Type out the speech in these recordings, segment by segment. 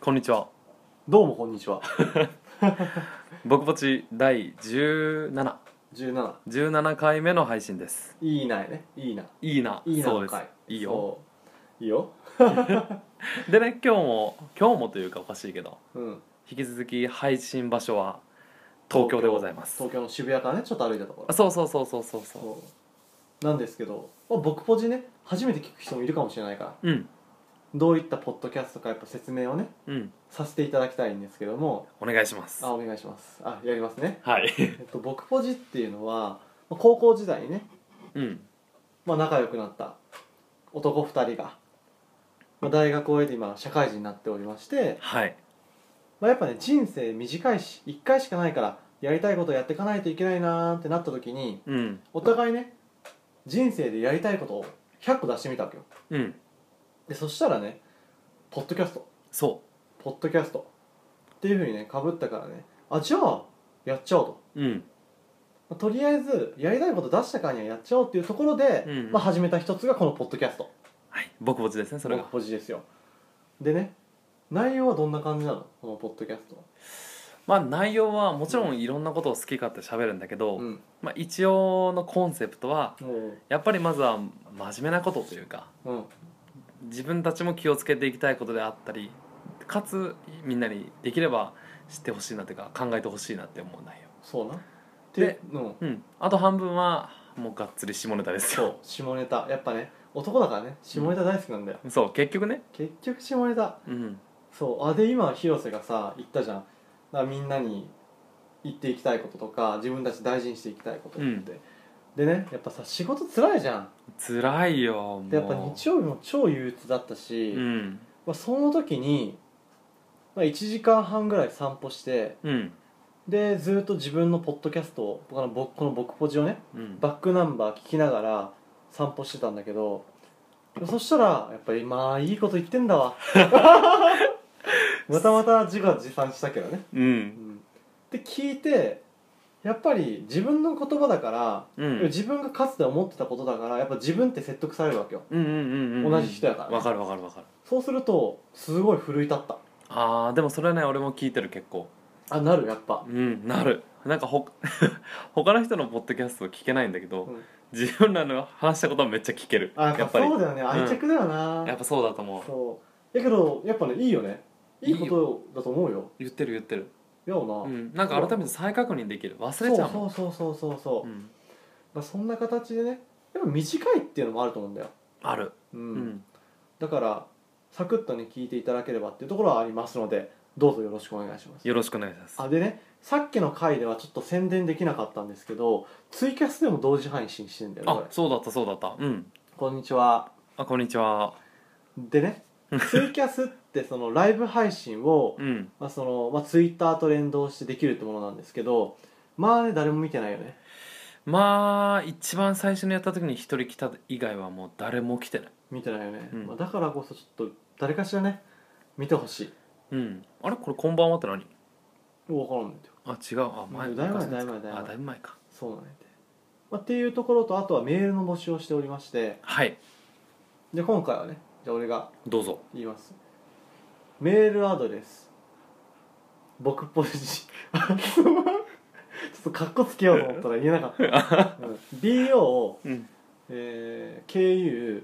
こんにちはどうもこんにちは僕ぼち第1717 17回目の配信ですいいなやねいいないいないいなそうのです回いいよそういいよでね今日も今日もというかおかしいけどうん引き続き配信場所は東京でございます東京の渋谷からねちょっと歩いたとこあろそうそうそうそうそうそそうなんですけど、まあ、僕ポジね初めて聞く人もいるかもしれないからううんどういったポッドキャストかやっぱ説明をねうんさせていただきたいんですけどもお願いしますあお願いしますあやりますねはい えっと僕ポジっていうのはまあ高校時代にね、うんまあ、仲良くなった男2人が、まあ、大学を終えて今社会人になっておりましてはいまあ、やっぱね人生短いし1回しかないからやりたいことやっていかないといけないなーってなった時にうんお互いね人生でやりたいことを100個出してみたわけようんでそしたらねポッドキャストそポッドキャストっていうふうにねかぶったからねあじゃあやっちゃおうと、ううんまあとりあえずやりたいこと出したからにはやっちゃおうっていうところで、うんうんまあ、始めた一つがこのポッドキャストはい僕ぼちですねそれが僕ポジですよでね内容はどんな感じなのこのポッドキャストまあ内容はもちろんいろんなことを好き勝手喋るんだけど、うんまあ、一応のコンセプトはもうやっぱりまずは真面目なことというかうん自分たちも気をつけていきたいことであったりかつみんなにできれば知ってほしいなというか考えてほしいなって思う内そうなでてうん容うんあと半分はもうがっつり下ネタですそうよ下ネタやっぱね男だからね下ネタ大好きなんだよ、そう結局ね結局下ネタうんそうあで今広瀬がさ言ったじゃんだからみんなに言っていきたいこととか自分たち大事にしていきたいことって、うんでねやっぱさ仕事つらいじゃん辛いよもうでやっぱ日曜日も超憂鬱だったし、うんまあ、その時に、まあ、1時間半ぐらい散歩してうんでずっと自分のポッドキャストをこの僕この僕ポジをねうんバックナンバー聞きながら散歩してたんだけどそしたらやっぱりまあいいこと言ってん だわまたまた自画自賛したけどね、ううんん、で聞いてやっぱり自分の言葉だから、うん自分がかつて思ってたことだからやっぱ自分って説得されるわけようんうんうんうん同じ人やからねわかるわかるわかるそうするとすごい奮い立ったああでもそれはね俺も聞いてる結構あなるやっぱうんなるなんかほ 他の人のポッドキャスト聞けないんだけど、うん自分らの話したことはめっちゃ聞けるあややっっぱぱりそうだよね愛着だよな、やっぱそうだと思うそうだけどやっぱねいいよねいいことだと思うよ言ってる言ってる、やよな、うん、なんか改めて再確認できる忘れちゃうもんそうそうそうそうそうそう、うんまあ、そんな形でねやっぱ短いっていうのもあると思うんだよ、あるうんうん、だからサクッとね聞いていただければっていうところはありますのでどうぞよろしくお願いしますよろしくお願いしますあでねさっきの回ではちょっと宣伝できなかったんですけどツイキャスでも同時配信してんだよねこあれそうだったそうだったうんこんにちはあこんにちは でねツイキャスってそのライブ配信を、うんまあそのまあ、ツイッターと連動してできるってものなんですけどまあね誰も見てないよねまあ一番最初にやった時に一人来た以外はもう誰も来てない見てないよね、うんまあ、だからこそちょっと誰かしらね見てほしいうんあれこれこんばんはって何分からんないんだよあ違うあ前だいぶ昔前のやつだいぶ前だいぶ前あだいぶ前かそうなんやて、まあ、っていうところとあとはメールの募集をしておりましてはいで今回はねじゃあ俺がどうぞ言いますメールアドレス僕ポジちょっとカッコつけようと思ったら言えなかった、うん、BO、うんえー、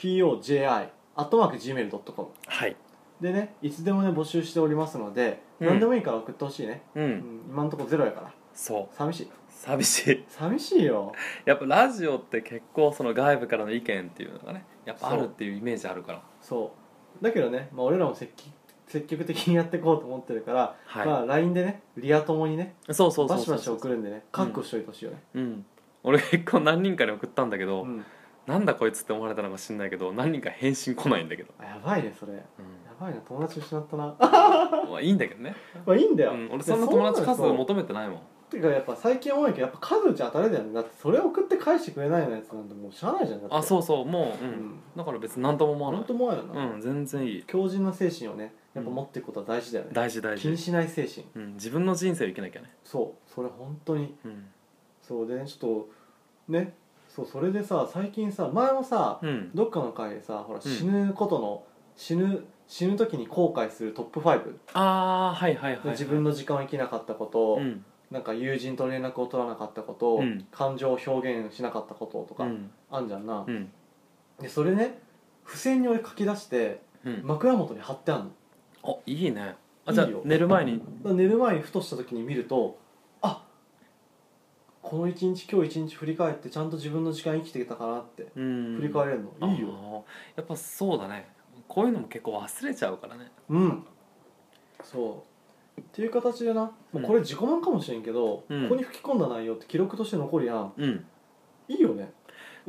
KUPOJI アットマーク Gmail.com はいでねいつでもね募集しておりますので、うん何でもいいから送ってほしいね、ううんん、今のところゼロやからそう寂しい寂しい 寂しいよやっぱラジオって結構その外部からの意見っていうのがねやっぱあるっていうイメージあるからそうだけどね、まあ、俺らも積極積極的にやっていこうと思ってるから、はい、まあ LINE でねリア友にねそうそうそうバそうシバシ送るんでね覚悟しといてほしいよね、うん俺結構何人かに送ったんだけど、うんなんだこいつって思われたのか知んないけど何人か返信来ないんだけど、あやばいねそれやうばいな友達失ったなん、まあいいんだけどね、まあいいんだうよ、ん、俺そんな友達数をも求めてないもんてかやっぱ最近思うけどやっぱ数打ち当たりだよねだってそれ送って返してくれないようなやつなんてもうしゃあないじゃんだってあそうそうもう、うんうんだから別に何とも思わ本当もうやな、ないうん全然いい強靭な精神をねやっぱ持っていくことは大事だよね、大事大気に事、しない精神うん、自分の人生を生きなきゃね、そうそれ本当にうんそうでねちょっとねそうそれでさ最近さ前もさ、うん、どっかの会でさほらうん死ぬことの、死ぬ死ぬ時に後悔するトップ5ああはいはいはい、はい、自分の時間を生きなかったこと、うんなんか友人と連絡を取らなかったこと、うん感情を表現しなかったこととうか、んあんじゃんなう、んでそれね付箋に俺書き出してうん枕元に貼ってあんのあいいねあじゃあいいよ寝る前にだから寝る前にふとした時に見るとあこの一日今日一日振り返ってちゃんと自分の時間生きてきたかなってうん振り返れるの、いいよよやっぱそうだねこういうのも結構忘れちゃうからねうんそうっていう形でな、うんもうこれ自己満かもしれんけど、うんここに吹き込んだ内容って記録として残るやんうんいいよね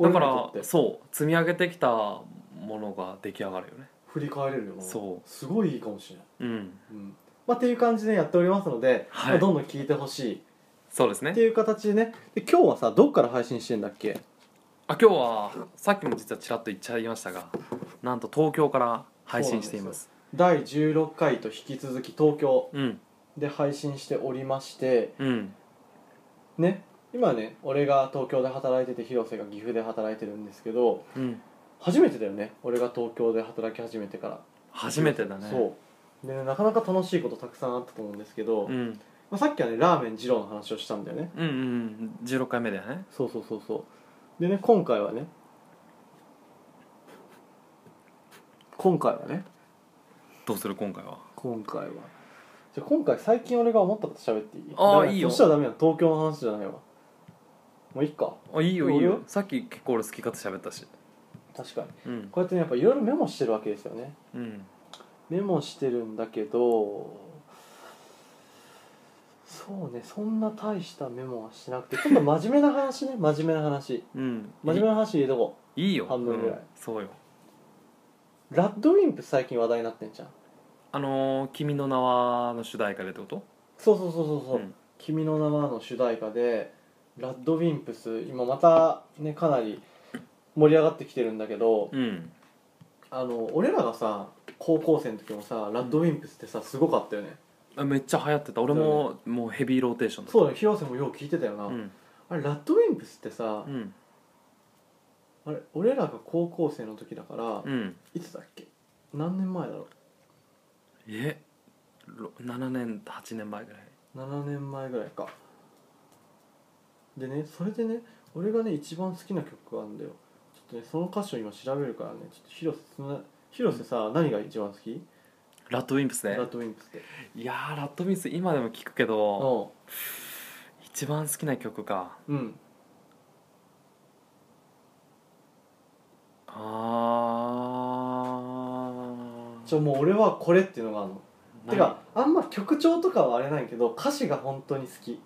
だか俺にとってらそう積み上げてきたものが出来上がるよね振り返れるよなそうすごいいいかもしれなういんうんまあ、っていう感じでやっておりますので、はいまあどんどん聞いてほしいそうですってねいう形でねで今日はさどっから配信してんだっけあ今日はさっきも実はちらっと言っちゃいましたがなんと東京から配信しています第16回と引き続き東京うんで配信しておりましてうんね今ね俺が東京で働いてて広瀬が岐阜で働いてるんですけどうん初めてだよね俺が東京で働き始めてから初めてだねそうでねなかなか楽しいことたくさんあったと思うんですけど、うまんあ、さっきはねラーメン二郎の話をしたんだよねうんうん16回目だよねそうそうそうそうでね今回はね今回はねどうする今回は今回はじゃあ今回最近俺が思ったこと喋っていいあーダメだいいよそしたらダメだ東京の話じゃないわもういいかあいいよいいいよいよさっき結構俺好き勝手喋ったし確かにうんこうやってねやっぱいろいろメモしてるわけですよねうんメモしてるんだけどそうねそんな大したメモはしなくて今度真面目な話 ね真面目な話うん真面目な話入れとこいいいよ半分ぐらいうんそうようラッドウィンプ最近話題になってんじゃんあのー「君の名は」の主題歌でってことそうそうそうそうそう、ん君の名は」の主題歌でラッドウィンプス今またねかなり盛り上がってきてるんだけどうんあの俺らがさ高校生の時もさラッドウィンプスってさすごかったよねあめっちゃ流行ってた俺ももうヘビーローテーションだったそうだよ広瀬もよう聞いてたよな、うんあれラッドウィンプスってさう、んあれ俺らが高校生の時だから、うんいつだっけ何年前だろえろ7年8年前ぐらいう7年前ぐらいかでねそれでね俺がね一番好きな曲があるんだよちょっとねその歌詞を今調べるからねちょっと広瀬つな広瀬さ、何が一番好きラッドウィンプスねラッドウィンプスっていやーラッドウィンプス今でも聞くけどう一番好きな曲かんうんあーちょもう俺はこれっていうのがあるの何てかあんま曲調とかはあれないけど歌詞が本当に好き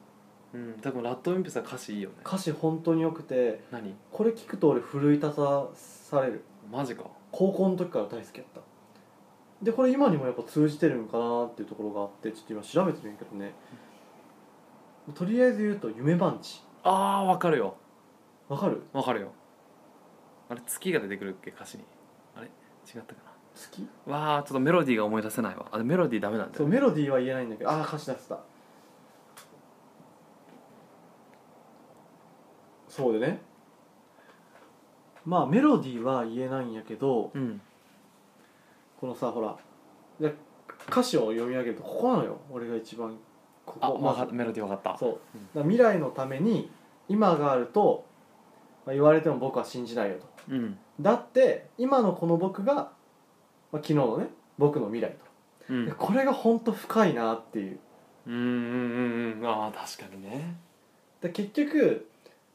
うんでもラッドウィンプスは歌詞いいよね歌詞本当に良くて何これ聞くと俺奮い立たされるマジか高校の時から大好きやったでこれ今にもやっぱ通じてるんかなっていうところがあってちょっと今調べてみるけどねとりあえず言うと夢番地あーわかるよわかるわかるよあれ月が出てくるっけ歌詞にあれ違ったか好きなわあちょっとメロディーが思い出せないわあれメロディーダメなんだそようねメロディーは言えないんだけどああ歌詞出せたそうでねまあメロディーは言えないんやけどうんこのさほらで歌詞を読み上げるとここなのよ俺が一番こあこわかずメロディーわかったそう、うんだから未来のために今があると、まあ、言われても僕は信じないよとうんだって今のこの僕が、まあ、昨日のね僕の未来うと、んでこれが本当深いなっていううんうんうんうんああ確かにねで結局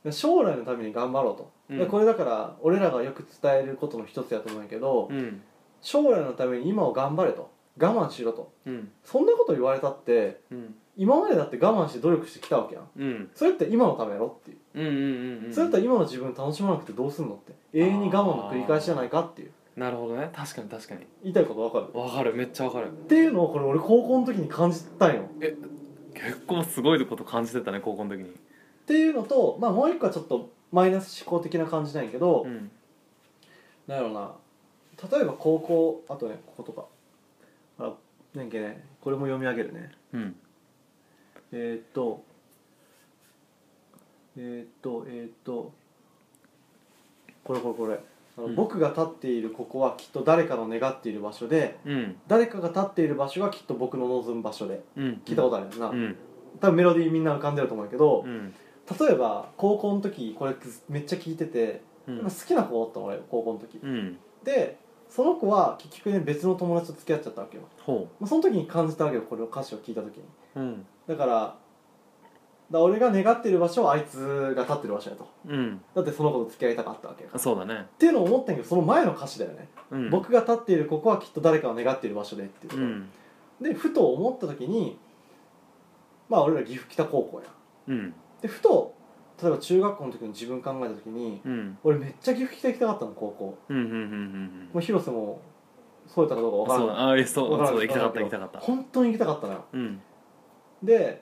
将来のために頑張ろうと、うんでこれだから俺らがよく伝えることの一つやと思うんやけど、うん将来のために今を頑張れと我慢しろとうんそんなこと言われたってうん今までだって我慢して努力してきたわけやんうんそれって今のためやろっていううんうんうんうんそれだったら今の自分楽しまなくてどうすんのって永遠に我慢の繰り返しじゃないかっていうなるほどね確かに確かに言いたいことわかるわかるめっちゃわかるっていうのをこれ俺高校の時に感じたんよ結構すごいこと感じてたね高校の時にっていうのとまあもう一個はちょっとマイナス思考的な感じなんやけど、うんなんやろな例えば高校あとねこことかあなんかねこれも読み上げるねうんえー、っとえー、っとえー、っとこれこれこれあのうん僕が立っているここはきっと誰かの願っている場所でうん誰かが立っている場所がきっと僕の望む場所でうん聞いたことあるよな、うん多分メロディーみんな浮かんでると思うけど、うん例えば高校の時これめっちゃ聞いてて、う好んきな子おったの俺高校の時、うんでその子は結局ね別の友達と付き合っちゃったわけよほまあその時に感じたわけよこれを歌詞を聞いた時にううんだからだから俺が願ってる場所はあいつが立ってる場所やとうんだってその子と付き合いたかったわけやからそうだねっていうのを思ったんやけどその前の歌詞だよね、うん僕が立っているここはきっと誰かを願っている場所でっていうこうと、んでふと思った時にまあ俺ら岐阜北高校やうんでふと例えば中学校の時の自分考えた時にうん俺めっちゃ岐阜北行きたかったの高校うんうんうんうんうんもう広瀬もそうやったかどうかそ分かうらないだあえそうわからんそう行きたかった行わきかたからんっけどた本当に行きたかったのようんで、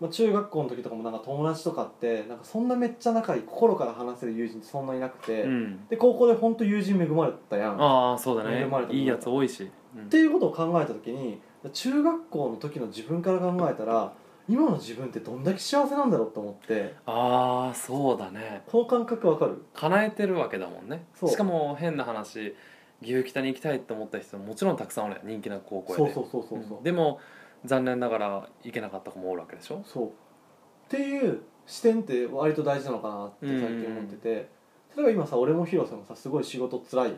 まあ、中学校の時とかもなんか友達とかってなんかそんなめっちゃ仲いい心から話せる友人ってそんないなくて、うんで高校で本当友人恵まれたやんっああそうだ恵ねまれたいいやつ多いしうんていうことを考えた時に中学校の時の自分から考えたら今の自分ってどんだけ幸せなんだろうと思ってああそうだねこの感覚わかる叶えてるわけだもんねそうしかも変な話岐阜北に行きたいって思った人ももちろんたくさんおるやん人気な高校やそうでそうそうそうそううんでも残念ながら行けなかった子もおるわけでしょそうっていう視点って割と大事なのかなって最近思ってて、例えば今さ俺も広瀬もさすごい仕事辛い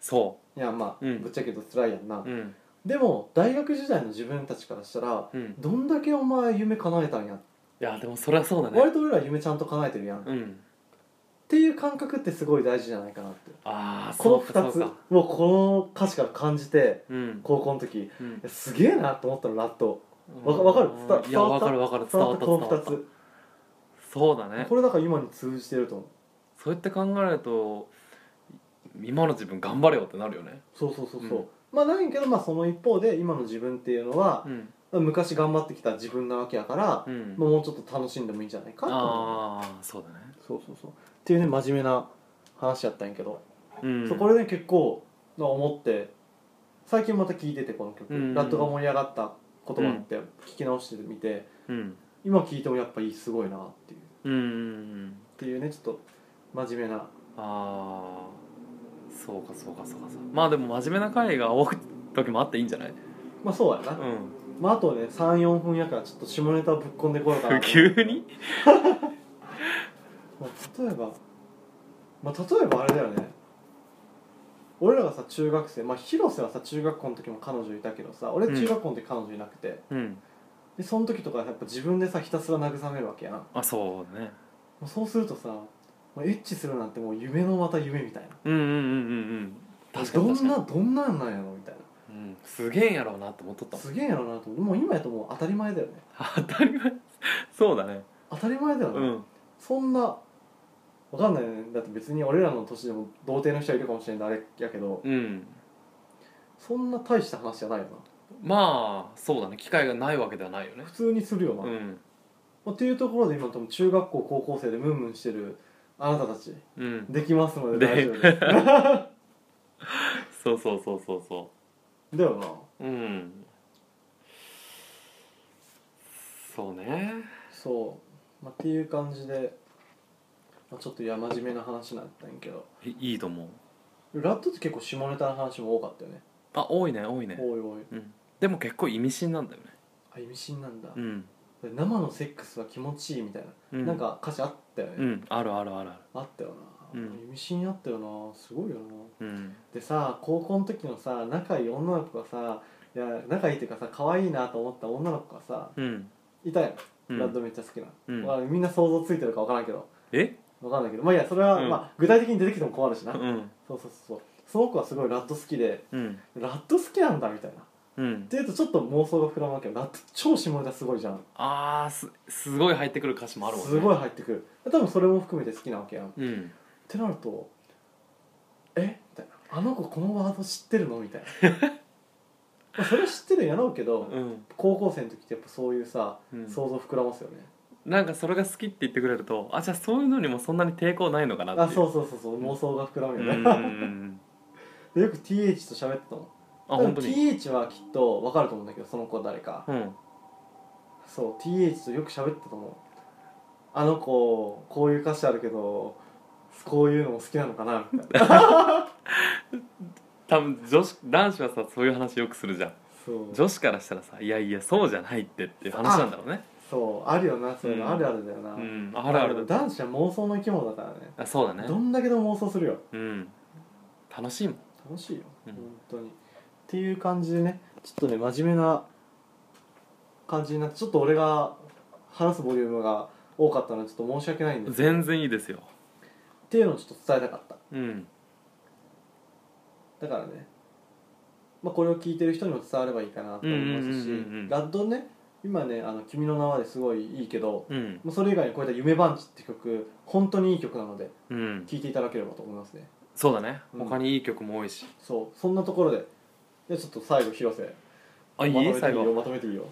そいやまあ、うんぶっちゃけど辛いやんな、ううんでも大学時代の自分たちからしたらうんどんだけお前夢叶えたんや、いやでもそりゃそうだね割と俺ら夢ちゃんと叶えてるやん、っうんていう感覚ってすごい大事じゃないかなってああこのそうか2つそうをかこの歌詞から感じてうん高校の時いうんやすげえなと思ったのラットわかわかる伝わいや伝わわったかるわかる伝伝わわっったたこ伝のわ2ったつそうだねこれだから今に通じてると思うそうやって考えると今の自分頑張れよってなるよねそうそうそうそう、うんまあないけど、まあ、その一方で今の自分っていうのはう、ん昔頑張ってきた自分なわけやから、うんまあもうちょっと楽しんでもいいんじゃないかと思うああそうだねそうそうそうっていうね真面目な話やったんやけど、うんそうこれね結構まあ思って最近また聴いててこの曲、うんラットが盛り上がったこともあって聞き直してみて、うん今聴いてもやっぱいいすごいなっていううんうんっていうねちょっと真面目なああそうかそうかそうかそうまあでも真面目な回が多い時もあっていいんじゃないまあそうやな、うまああとね34分やからちょっと下ネタぶっこんでこようかなん 急にまあ、例えば、まあ、例えばあれだよね俺らがさ中学生まあ広瀬はさ中学校の時も彼女いたけどさ俺うん中学校の時彼女いなくて、うんでその時とかやっぱ自分でさひたすら慰めるわけやなもあそうねうそうするとさもうエッチするなんてもう夢のまた夢みたいなうんうんうんうんうん確かにど確んかなに、どんなんなんやろみたいなうん、すげえんやろうなって思っとったもんすげえやろなと思ってもう今やともう当たり前だよね当たり前そうだね当たり前だよね、うんそんなわかんないよねだって別に俺らの年でも童貞の人はいるかもしれないあれやけどうんそんな大した話じゃないよなまあそうだね機会がないわけではないよね普通にするよな、うんまあっていうところで今多分中学校高校生でムンムンしてるあなたたちうんできますのでで大丈夫ですそうそうそうそうそうだようんそうねなそう、まあ、っていう感じで、まあ、ちょっといや真面目な話になったんやけどいいいと思うラットって結構下ネタの話も多かったよねあ多いね多いねおいおいうんでも結構意味深なんだよねあ意味深なんだ、うん、生のセックスは気持ちいいみたいな、うん、なんか歌詞あったよね、うんあるあるあるああったよな、うん意味深あったよなすごいよるなうんでさ高校の時のさ仲いい女の子がさいや仲いいっていうかさ可愛いなと思った女の子がさうん、いたやんうん、ラッドめっちゃ好きな、うんまあ、みんな想像ついてるか分からんけどえ分からんけどまあいいやそれは、うんまあ、具体的に出てきても困るしな、うんそうそうそうそうその子はすごいラット好きでうんラット好きなんだみたいなっうんていうとちょっと妄想が膨らむわけよラット超下ネタすごいじゃん、あーすすごい入ってくる歌詞もあるもんねすごい入ってくる多分それも含めて好きなわけやんっうんてなるとえみたいなあの子このワード知ってるのみたいな まあそれ知ってるんやろうけど、うん、高校生の時ってやっぱそういうさ、うん、想像膨らますよねなんかそれが好きって言ってくれるとあじゃあそういうのにもそんなに抵抗ないのかなっていあうそうそうそうそう妄想が膨らむうよんね、うんうんうんでよく TH と喋ってたもんあ多分本当に TH はきっと分かると思うんだけどその子は誰かうんそう TH とよく喋ってたと思うあの子こういう歌詞あるけどこういうのも好きなのかなみたい な多分女子男子はさそういう話よくするじゃんそう女子からしたらさ「いやいやそうじゃないって」っていう話なんだろうねそうあるよなそういうの、うんあるあるだよな、うんあるあでもるだ男子は妄想の生き物だからねあそうだねどんだけでも妄想するようん楽しいもん楽しいよ、うん本当にっていう感じでねちょっとね真面目な感じになってちょっと俺が話すボリュームが多かったのはちょっと申し訳ないんですけど全然いいですよっていうのをちょっと伝えたかったうんだからね、まあ、これを聞いてる人にも伝わればいいかなと思いますうんうんしうんうんうんラッドね今ね「あの君の名は」ですごいいいけどうんもうそれ以外にこういった「夢番地」って曲本当にいい曲なのでうん聴いていただければと思いますねそうだねうん他にいい曲も多いしそうそんなところででちょっと最後広瀬あいまとめいて最いいよ後まとめていいよ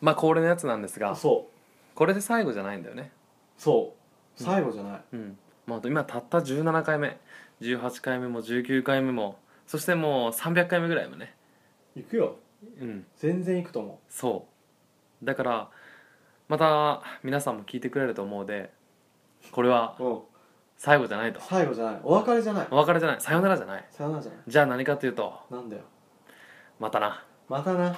まあ恒例のやつなんですがそうこれで最後じゃないんだよねそううん最後じゃない、うんまああと今たった17回目18回目も19回目もそしてもう300回目ぐらいもね行くようん全然行くと思そうだからまた皆さんも聞いてくれると思うのでこれはう、うん、最後じゃないと最後じゃないお別れじゃないお別れじゃないさよならじゃないさよならじゃないじゃあ何かというとなんだよまたなまたな